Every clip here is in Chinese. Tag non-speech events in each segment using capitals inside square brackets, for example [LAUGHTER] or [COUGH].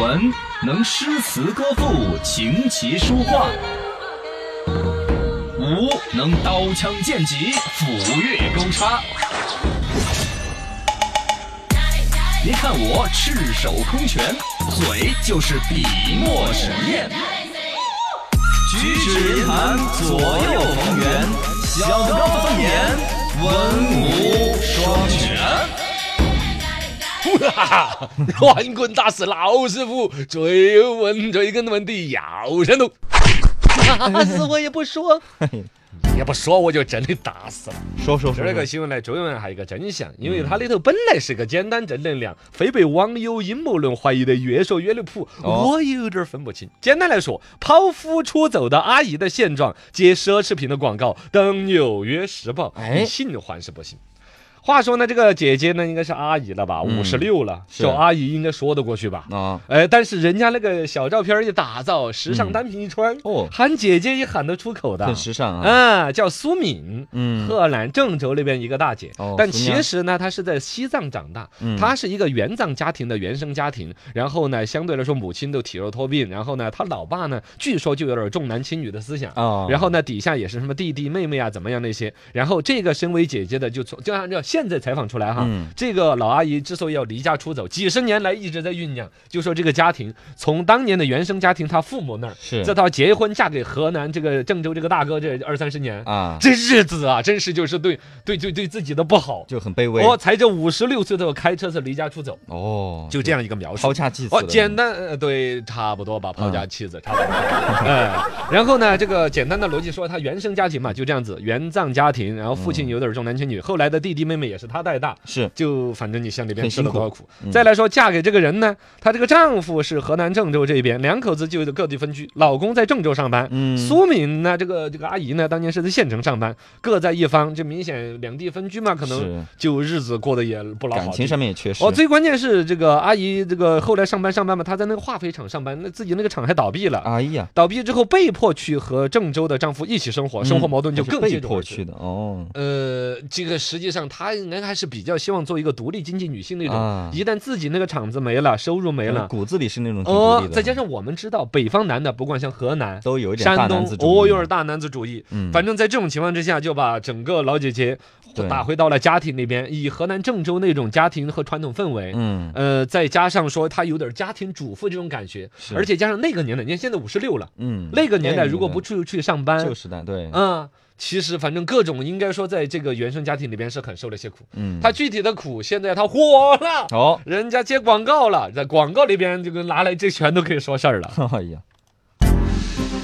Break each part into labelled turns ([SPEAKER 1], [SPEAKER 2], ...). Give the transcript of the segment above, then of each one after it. [SPEAKER 1] 文能诗词歌赋、琴棋书画；武能刀枪剑戟、斧钺钩叉。您看我赤手空拳，嘴就是笔墨纸砚，举止言谈左右逢源，小高方言，文武双全。
[SPEAKER 2] 冠军大师老师傅追问追根问底要深度，打死我也不说，也不说我就真的打死了。
[SPEAKER 3] 说说
[SPEAKER 2] 今
[SPEAKER 3] 说
[SPEAKER 2] 儿个新闻来追问下一个真相，因为它里头本来是个简单正能量，非被网友阴谋论怀疑的越说越离谱，
[SPEAKER 3] 哦
[SPEAKER 2] 我有点儿分不清。简单来说，剖腹出走的阿姨的现状接奢侈品的广告登《纽约时报》，
[SPEAKER 3] 哎
[SPEAKER 2] 你信还是不信？话说呢，这个姐姐呢应该是阿姨了吧，
[SPEAKER 3] 嗯
[SPEAKER 2] 五十六了，
[SPEAKER 3] 是
[SPEAKER 2] 叫阿姨应该说得过去吧？
[SPEAKER 3] 啊，
[SPEAKER 2] 哎，但是人家那个小照片一打造，时尚
[SPEAKER 3] 嗯
[SPEAKER 2] 单品一穿，
[SPEAKER 3] 哦
[SPEAKER 2] 喊姐姐也喊得出口的，
[SPEAKER 3] 很时尚啊。
[SPEAKER 2] 啊，叫苏敏，
[SPEAKER 3] 嗯
[SPEAKER 2] 河南郑州那边一个大姐
[SPEAKER 3] 哦，
[SPEAKER 2] 但
[SPEAKER 3] 苏娘
[SPEAKER 2] 其实呢，她是在西藏长大
[SPEAKER 3] 嗯，
[SPEAKER 2] 她是一个原藏家庭的原生家庭，然后呢，相对来说母亲都体弱多病，然后呢，她老爸呢，据说就有点重男轻女的思想。
[SPEAKER 3] 啊，
[SPEAKER 2] 然后呢，底下也是什么弟弟妹妹啊，怎么样那些。然后这个身为姐姐的，就从就按照现在采访出来哈，
[SPEAKER 3] 嗯
[SPEAKER 2] 这个老阿姨之所以要离家出走，几十年来一直在酝酿，就说这个家庭从当年的原生家庭，她父母那儿，
[SPEAKER 3] 是
[SPEAKER 2] 再到结婚嫁给河南这个郑州这个大哥，这二三十年，
[SPEAKER 3] 啊，
[SPEAKER 2] 这日子啊，真是就是对对对对自己的不好。
[SPEAKER 3] 就很卑微
[SPEAKER 2] 我才这五十六岁的时候开车子离家出走，
[SPEAKER 3] 哦，
[SPEAKER 2] 就这样一个描述
[SPEAKER 3] 抛。家弃子
[SPEAKER 2] 哦，
[SPEAKER 3] 了
[SPEAKER 2] 简单，呃对，差不多吧，抛家弃子，差不
[SPEAKER 3] [LAUGHS]
[SPEAKER 2] 多。哎，然后呢，这个简单的逻辑说，他原生家庭嘛，就这样子，原藏家庭，然后父亲有点重男轻女，后来的弟弟妹妹也是他带大。
[SPEAKER 3] 嗯是
[SPEAKER 2] 就反正你像那边
[SPEAKER 3] 很
[SPEAKER 2] 吃了
[SPEAKER 3] 辛苦
[SPEAKER 2] 多少苦
[SPEAKER 3] 嗯。
[SPEAKER 2] 再来说嫁给这个人呢，她这个丈夫是河南郑州这边，两口子就各地分居，老公在郑州上班，
[SPEAKER 3] 嗯
[SPEAKER 2] 苏敏呢这个这个阿姨呢当年是在县城上班，各在一方，就明显两地分居嘛，可能
[SPEAKER 3] 是
[SPEAKER 2] 就日子过得也不老好。
[SPEAKER 3] 感情上面也缺失
[SPEAKER 2] 哦，最关键是这个阿姨，这个后来上班上班嘛，她在那个化肥厂上班，那自己那个厂还倒闭了，
[SPEAKER 3] 哎呀，
[SPEAKER 2] 倒闭之后被迫去和郑州的丈夫一起生活，生活矛盾就
[SPEAKER 3] 嗯
[SPEAKER 2] 更
[SPEAKER 3] 还是
[SPEAKER 2] 接
[SPEAKER 3] 被
[SPEAKER 2] 踵
[SPEAKER 3] 迫
[SPEAKER 2] 而至
[SPEAKER 3] 去的哦，
[SPEAKER 2] 呃，这个实际上她应该还是比较希望做一个独立经济女性那种。
[SPEAKER 3] 啊
[SPEAKER 2] 一旦自己那个厂子没了，收入没了，
[SPEAKER 3] 骨子里是那种挺独
[SPEAKER 2] 哦
[SPEAKER 3] 立，的，
[SPEAKER 2] 再加上我们知道北方男的，不管像河南、
[SPEAKER 3] 都有一点大
[SPEAKER 2] 山
[SPEAKER 3] 男
[SPEAKER 2] 东
[SPEAKER 3] 子，主义，
[SPEAKER 2] 哦，有点大男子主义。
[SPEAKER 3] 嗯，
[SPEAKER 2] 反正，在这种情况之下，就把整个老姐姐
[SPEAKER 3] 对
[SPEAKER 2] 打回到了家庭那边，以河南郑州那种家庭和传统氛围，
[SPEAKER 3] 嗯
[SPEAKER 2] 呃，再加上说她有点家庭主妇这种感觉，
[SPEAKER 3] 是
[SPEAKER 2] 而且加上那个年代，你看现在五十六了，
[SPEAKER 3] 嗯，
[SPEAKER 2] 那个年代如果
[SPEAKER 3] 那
[SPEAKER 2] 不
[SPEAKER 3] 个
[SPEAKER 2] 出去上班，
[SPEAKER 3] 旧时代对，
[SPEAKER 2] 嗯，其实反正各种应该说，在这个原生家庭里边是很受了些苦。
[SPEAKER 3] 嗯，
[SPEAKER 2] 她具体的苦，现在她火了，
[SPEAKER 3] 哦，
[SPEAKER 2] 人家接广告了，在广告里边这个拿来这全都可以说事儿了。
[SPEAKER 3] [LAUGHS] 哎呀，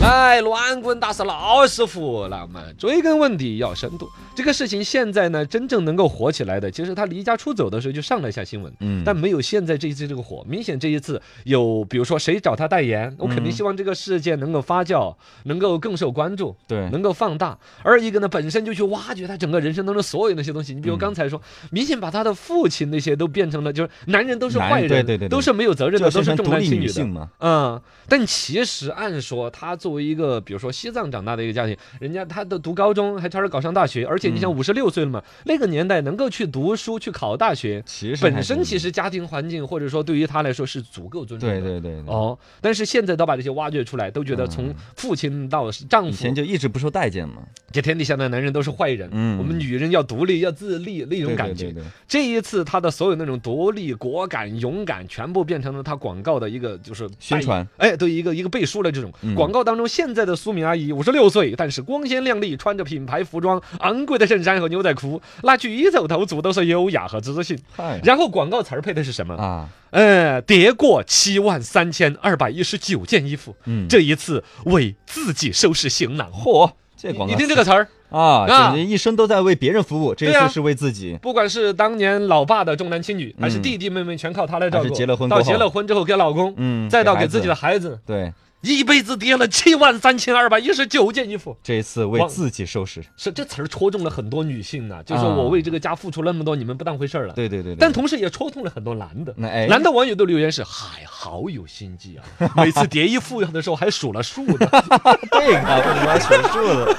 [SPEAKER 2] 哎，乱棍打死老师傅，那么追根问底要深度。这个事情现在呢，真正能够火起来的，其实他离家出走的时候就上了一下新闻。
[SPEAKER 3] 嗯，
[SPEAKER 2] 但没有现在这一次这个火，明显这一次有，比如说谁找他代言，我肯定
[SPEAKER 3] 嗯
[SPEAKER 2] 希望这个事件能够发酵，能够更受关注，
[SPEAKER 3] 对
[SPEAKER 2] 能够放大。而一个呢，本身就去挖掘他整个人生当中所有那些东西，你比如
[SPEAKER 3] 嗯
[SPEAKER 2] 刚才说，明显把他的父亲那些都变成了，就是男人都是
[SPEAKER 3] 男
[SPEAKER 2] 坏人，
[SPEAKER 3] 哎对对对对
[SPEAKER 2] 都是没有责任的，
[SPEAKER 3] 就
[SPEAKER 2] 都
[SPEAKER 3] 是
[SPEAKER 2] 是
[SPEAKER 3] 成
[SPEAKER 2] 重
[SPEAKER 3] 独
[SPEAKER 2] 男
[SPEAKER 3] 立
[SPEAKER 2] 轻
[SPEAKER 3] 女
[SPEAKER 2] 女的
[SPEAKER 3] 性。嘛，
[SPEAKER 2] 嗯，但其实按说，他作为一个，比如说西藏长大的一个家庭，人家他都读高中，还差点搞上大学，而且你
[SPEAKER 3] 嗯
[SPEAKER 2] 想五十六岁了嘛，那个年代能够去读书、去考大学，
[SPEAKER 3] 其实
[SPEAKER 2] 本
[SPEAKER 3] 还
[SPEAKER 2] 身
[SPEAKER 3] 是
[SPEAKER 2] 其实家庭环境或者说对于他来说是足够尊重的。
[SPEAKER 3] 对对对，对
[SPEAKER 2] 哦，但是现在都把这些挖掘出来，都觉得从父亲到丈
[SPEAKER 3] 嗯以
[SPEAKER 2] 夫
[SPEAKER 3] 前，就一直不受待见嘛，
[SPEAKER 2] 这天底下的男人都是坏人，
[SPEAKER 3] 嗯
[SPEAKER 2] 我们女人要独立、要自立那种
[SPEAKER 3] 对
[SPEAKER 2] 感
[SPEAKER 3] 对
[SPEAKER 2] 觉。
[SPEAKER 3] 对对
[SPEAKER 2] 这一次，他的所有那种独立、果敢、勇敢，全部变成了他广告的一个就是
[SPEAKER 3] 宣传
[SPEAKER 2] 代言，哎，对一个一个背书了。这种、
[SPEAKER 3] 嗯
[SPEAKER 2] 广告当中，现在的苏敏阿姨五十六岁，但是光鲜亮丽，穿着品牌服装、昂贵的衬衫和牛仔裤，那举手投足都是优雅和自信。
[SPEAKER 3] 嗨
[SPEAKER 2] 然后广告词儿配的是什么？
[SPEAKER 3] 哎啊，
[SPEAKER 2] 呃，叠过七万三千二百一十九件衣服，
[SPEAKER 3] 嗯，
[SPEAKER 2] 这一次为自己收拾行囊。
[SPEAKER 3] 嚯，这广告
[SPEAKER 2] 你听这个词儿，
[SPEAKER 3] 啊，
[SPEAKER 2] 啊
[SPEAKER 3] 简直一生都在为别人服务，这一
[SPEAKER 2] 对啊
[SPEAKER 3] 次是为自己，
[SPEAKER 2] 不管是当年老爸的重男轻女，还是
[SPEAKER 3] 嗯
[SPEAKER 2] 弟弟妹妹全靠他来照顾，
[SPEAKER 3] 还是结了婚过
[SPEAKER 2] 到
[SPEAKER 3] 后
[SPEAKER 2] 结了婚之后给老公，
[SPEAKER 3] 嗯，
[SPEAKER 2] 再到给
[SPEAKER 3] 孩子
[SPEAKER 2] 自己的孩子，
[SPEAKER 3] 对，
[SPEAKER 2] 一辈子跌了七万三千二百一十九件衣服，
[SPEAKER 3] 这一次为
[SPEAKER 2] 忘
[SPEAKER 3] 自己收拾。
[SPEAKER 2] 是这词儿戳中了很多女性呐、就是说
[SPEAKER 3] 啊
[SPEAKER 2] 我为这个家付出了那么多，你们不当回事儿了。
[SPEAKER 3] 对对对对，
[SPEAKER 2] 但同时也戳痛了很多男的
[SPEAKER 3] 那哎，
[SPEAKER 2] 男的网友都留言是：“嗨，好有心计啊！ [LAUGHS] 每次叠衣服的时候还数了数呢。
[SPEAKER 3] [LAUGHS] 这个我啊他妈学术的，”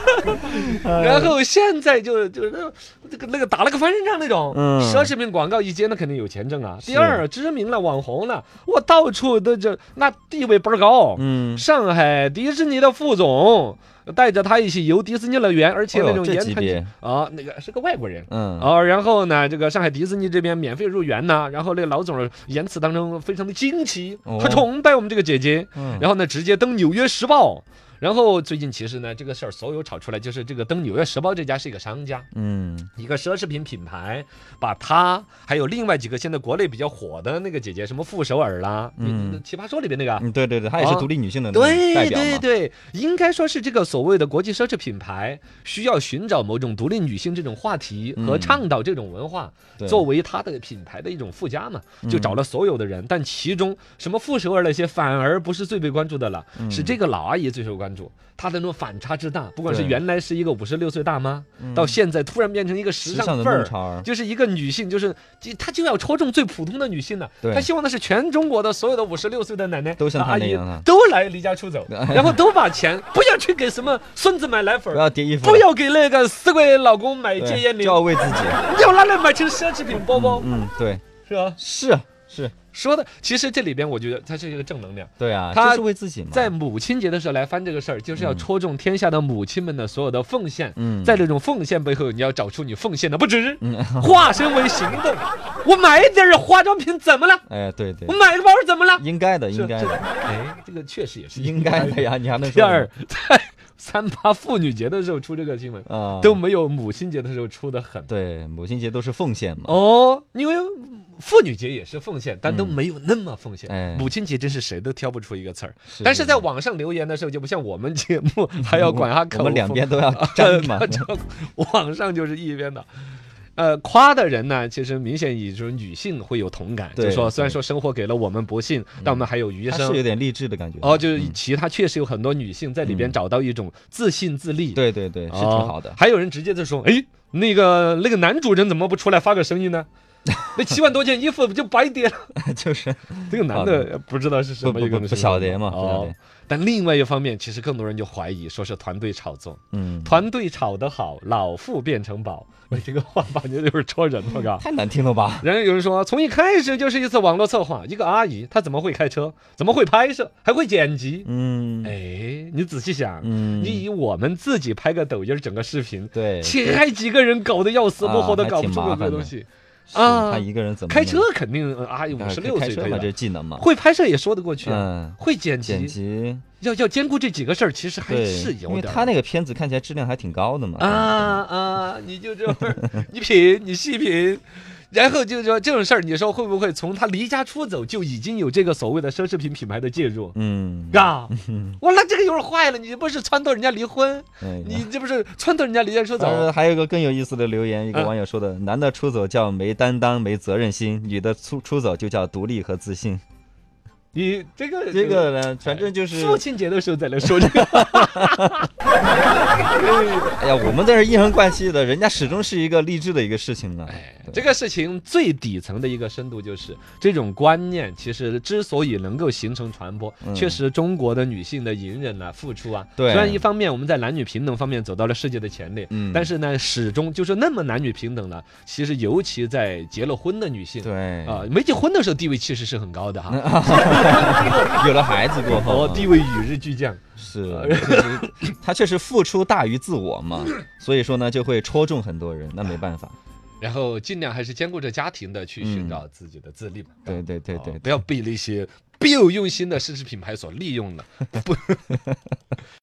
[SPEAKER 2] 然后现在就就是那那个那个打了个翻身仗那种，
[SPEAKER 3] 嗯
[SPEAKER 2] 奢侈品广告一接，那肯定有钱挣啊。第二，知名了，网红了，我到处都这那地位倍儿高。
[SPEAKER 3] 嗯，
[SPEAKER 2] 上海迪士尼的副总带着他一起游迪士尼乐园，而且那种
[SPEAKER 3] 哦呦这
[SPEAKER 2] 言
[SPEAKER 3] 级
[SPEAKER 2] 谈
[SPEAKER 3] 别
[SPEAKER 2] 啊，那个是个外国人。
[SPEAKER 3] 嗯，
[SPEAKER 2] 哦，然后呢，这个上海迪士尼这边免费入园呐、然后那个老总言辞当中非常的惊奇
[SPEAKER 3] 哦
[SPEAKER 2] 和崇拜我们这个姐姐，
[SPEAKER 3] 嗯
[SPEAKER 2] 然后呢直接登《纽约时报》，然后最近其实呢这个事儿所有炒出来，就是这个登《纽约时报》这家是一个商家，
[SPEAKER 3] 嗯，
[SPEAKER 2] 一个奢侈品品牌，把她还有另外几个现在国内比较火的那个姐姐，什么傅首尔啦，
[SPEAKER 3] 嗯
[SPEAKER 2] 《奇葩说》里边那个，
[SPEAKER 3] 嗯对对对，她也是
[SPEAKER 2] 啊
[SPEAKER 3] 独立女性的那种代
[SPEAKER 2] 对
[SPEAKER 3] 表
[SPEAKER 2] 对
[SPEAKER 3] 嘛，
[SPEAKER 2] 对，应该说是这个所谓的国际奢侈品牌需要寻找某种独立女性这种话题和
[SPEAKER 3] 嗯
[SPEAKER 2] 倡导这种文化，
[SPEAKER 3] 对
[SPEAKER 2] 作为它的品牌的一种附加嘛，就找了所有的人，但其中什么傅首尔那些反而不是最被关注的了，
[SPEAKER 3] 嗯
[SPEAKER 2] 是这个老阿姨最受关注，她的那种反差之大，不管是
[SPEAKER 3] 对
[SPEAKER 2] 原来是一个五十六岁大妈，到现在突然变成一个时
[SPEAKER 3] 时
[SPEAKER 2] 尚
[SPEAKER 3] 尚的
[SPEAKER 2] 范
[SPEAKER 3] 弄
[SPEAKER 2] 儿。
[SPEAKER 3] 潮儿，
[SPEAKER 2] 就是一个女性，就是就她就要戳中最普通的女性呢、
[SPEAKER 3] 对
[SPEAKER 2] 她希望的是全中国的所有的五十六岁的奶奶、
[SPEAKER 3] 都像她
[SPEAKER 2] 阿
[SPEAKER 3] 那
[SPEAKER 2] 姨
[SPEAKER 3] 样啊
[SPEAKER 2] 都来离家出
[SPEAKER 3] [LAUGHS]
[SPEAKER 2] 走，然后都把钱不要去给什么孙子买奶粉
[SPEAKER 3] 不
[SPEAKER 2] 儿，
[SPEAKER 3] 要叠衣服，
[SPEAKER 2] 不要给那个死鬼老公买
[SPEAKER 3] 对
[SPEAKER 2] 戒烟
[SPEAKER 3] 就
[SPEAKER 2] 灵，
[SPEAKER 3] 要为自己，
[SPEAKER 2] 要拿来买成奢侈品包包，
[SPEAKER 3] 嗯，对，
[SPEAKER 2] 是吧？
[SPEAKER 3] 是是，
[SPEAKER 2] 说的其实这里边我觉得它是一个正能量。
[SPEAKER 3] 对啊，
[SPEAKER 2] 她
[SPEAKER 3] 就是为自己嘛，
[SPEAKER 2] 在母亲节的时候来翻这个事儿，就是要戳中天下的母亲们的所有的奉献。
[SPEAKER 3] 嗯
[SPEAKER 2] 在这种奉献背后，你要找出你奉献的不值，
[SPEAKER 3] [LAUGHS]
[SPEAKER 2] 化身为行动。我买点儿化妆品怎么了？
[SPEAKER 3] 哎，对对
[SPEAKER 2] 我，买个包怎么了？
[SPEAKER 3] 应该的，
[SPEAKER 2] 这
[SPEAKER 3] 应该
[SPEAKER 2] 这
[SPEAKER 3] 的，
[SPEAKER 2] 哎，这个确实也是
[SPEAKER 3] 应该
[SPEAKER 2] [LAUGHS]
[SPEAKER 3] 的。呀，你还能说
[SPEAKER 2] 第
[SPEAKER 3] 什么
[SPEAKER 2] 二，在三八妇女节的时候出这个新闻，
[SPEAKER 3] 啊，
[SPEAKER 2] 都没有母亲节的时候出的狠。
[SPEAKER 3] 对，母亲节都是奉献嘛，
[SPEAKER 2] 哦，因为妇女节也是奉献，但都没有那么奉献。
[SPEAKER 3] 哎
[SPEAKER 2] 母亲节真是谁都挑不出一个刺儿。
[SPEAKER 3] 是
[SPEAKER 2] 但是在网上留言的时候，就不像我们节目还要管他口
[SPEAKER 3] 我们 [LAUGHS] 两
[SPEAKER 2] 风，
[SPEAKER 3] 边都要沾嘛
[SPEAKER 2] [LAUGHS] 这网上就是一边的。呃，夸的人呢，其实明显以就是女性会有同感，就
[SPEAKER 3] 对
[SPEAKER 2] 说虽然
[SPEAKER 3] 对
[SPEAKER 2] 说生活给了我们不幸，但我们还有余
[SPEAKER 3] 她
[SPEAKER 2] 生
[SPEAKER 3] 是有。点励志的感觉，
[SPEAKER 2] 哦，就是
[SPEAKER 3] 嗯
[SPEAKER 2] 其他确实有很多女性在里边
[SPEAKER 3] 嗯
[SPEAKER 2] 找到一种自信自立，
[SPEAKER 3] 对对对，是挺
[SPEAKER 2] 哦
[SPEAKER 3] 好的， [LAUGHS]
[SPEAKER 2] 还有人直接就说，哎，那个那个男主人怎么不出来发个声音
[SPEAKER 3] [LAUGHS]
[SPEAKER 2] 呢？那七万多件衣服不就白叠了？
[SPEAKER 3] 就是
[SPEAKER 2] 这个男的不知道是什
[SPEAKER 3] 不
[SPEAKER 2] 么
[SPEAKER 3] 不
[SPEAKER 2] 一个
[SPEAKER 3] 不
[SPEAKER 2] 什么
[SPEAKER 3] 不晓得嘛，不晓
[SPEAKER 2] 哦
[SPEAKER 3] 得，，
[SPEAKER 2] 但另外一方面，其实更多人就怀疑，说是团队炒作，
[SPEAKER 3] 嗯，
[SPEAKER 2] 团队炒得好，老妇变成宝。 [LAUGHS] 哎这个话吧，你就是戳人了，嘎。
[SPEAKER 3] 太难听了吧？
[SPEAKER 2] 然后 [LAUGHS] 有人说，从一开始就是一次网络策划，一个阿姨她怎么会开车，怎么会拍摄，还会剪辑？
[SPEAKER 3] 嗯，
[SPEAKER 2] 哎，你仔细想，
[SPEAKER 3] 嗯
[SPEAKER 2] 你以我们自己拍个抖音儿整个视频，
[SPEAKER 3] 对，
[SPEAKER 2] 切开几个人搞得要死不活的，
[SPEAKER 3] 啊
[SPEAKER 2] 搞不
[SPEAKER 3] 还挺
[SPEAKER 2] 出
[SPEAKER 3] 麻
[SPEAKER 2] 个
[SPEAKER 3] 烦的
[SPEAKER 2] 东西。
[SPEAKER 3] 是
[SPEAKER 2] 啊
[SPEAKER 3] 她一个人怎么
[SPEAKER 2] 开
[SPEAKER 3] 弄
[SPEAKER 2] 车肯定呃阿姨五
[SPEAKER 3] 啊
[SPEAKER 2] 十
[SPEAKER 3] 开
[SPEAKER 2] 六
[SPEAKER 3] 开
[SPEAKER 2] 岁
[SPEAKER 3] 车
[SPEAKER 2] 可以
[SPEAKER 3] 嘛，这
[SPEAKER 2] 了，
[SPEAKER 3] 是技能嘛，
[SPEAKER 2] 会拍摄也说得过去啊。
[SPEAKER 3] 嗯，
[SPEAKER 2] 会剪
[SPEAKER 3] 剪
[SPEAKER 2] 辑，
[SPEAKER 3] 辑，
[SPEAKER 2] 要要兼顾这几个事儿，其实还
[SPEAKER 3] 对，
[SPEAKER 2] 是有
[SPEAKER 3] 因为
[SPEAKER 2] 点儿
[SPEAKER 3] 他那个片子看起来质量还挺高的嘛，
[SPEAKER 2] 啊啊，你就这会儿，你品，你细品。然后就是说这种事儿，你说会不会从他离家出走就已经有这个所谓的奢侈品品牌的介入？
[SPEAKER 3] 嗯，
[SPEAKER 2] 啊， [LAUGHS] 我那这个有点坏了，你不是撺掇人家离婚，
[SPEAKER 3] 哎 [LAUGHS]
[SPEAKER 2] 你这不是撺掇人家离家出
[SPEAKER 3] 当
[SPEAKER 2] 走？
[SPEAKER 3] 然还有一个更有意思的留言，一个
[SPEAKER 2] 嗯
[SPEAKER 3] 网友说的：“男的出走叫没担当、没责任心，女的出出走就叫独立和自信。
[SPEAKER 2] 你这”个哎
[SPEAKER 3] 这个呢，反正就是，
[SPEAKER 2] 父亲节的时候再来说这
[SPEAKER 3] [LAUGHS]
[SPEAKER 2] 个， [LAUGHS]
[SPEAKER 3] 哎呀，我们在这阴阳怪气的，人家始终是一个励志的一个事情啊呢。
[SPEAKER 2] 哎
[SPEAKER 3] 对
[SPEAKER 2] 这个事情最底层的一个深度就是，这种观念其实之所以能够形成传播，
[SPEAKER 3] 嗯
[SPEAKER 2] 确实中国的女性的隐忍啊、付出啊，
[SPEAKER 3] 对
[SPEAKER 2] 虽然一方面我们在男女平等方面走到了世界的前列，
[SPEAKER 3] 嗯
[SPEAKER 2] 但是呢，始终就是那么男女平等了，其实尤其在结了婚的女性，
[SPEAKER 3] 对
[SPEAKER 2] 啊、没结婚的时候地位其实是很高的
[SPEAKER 3] [LAUGHS]
[SPEAKER 2] 哈，
[SPEAKER 3] 有了孩子过后
[SPEAKER 2] 哦，
[SPEAKER 3] 啊，
[SPEAKER 2] 地位与日俱降，
[SPEAKER 3] 是，确实他确实付出大于自我嘛，所以说呢，就会戳中很多人，那没办法。
[SPEAKER 2] 然后尽量还是兼顾着家庭的去寻找自己的自立嘛，
[SPEAKER 3] 对对嗯对
[SPEAKER 2] 哦
[SPEAKER 3] 对，
[SPEAKER 2] 不要被那些别有用心的奢侈品牌所利用了，不。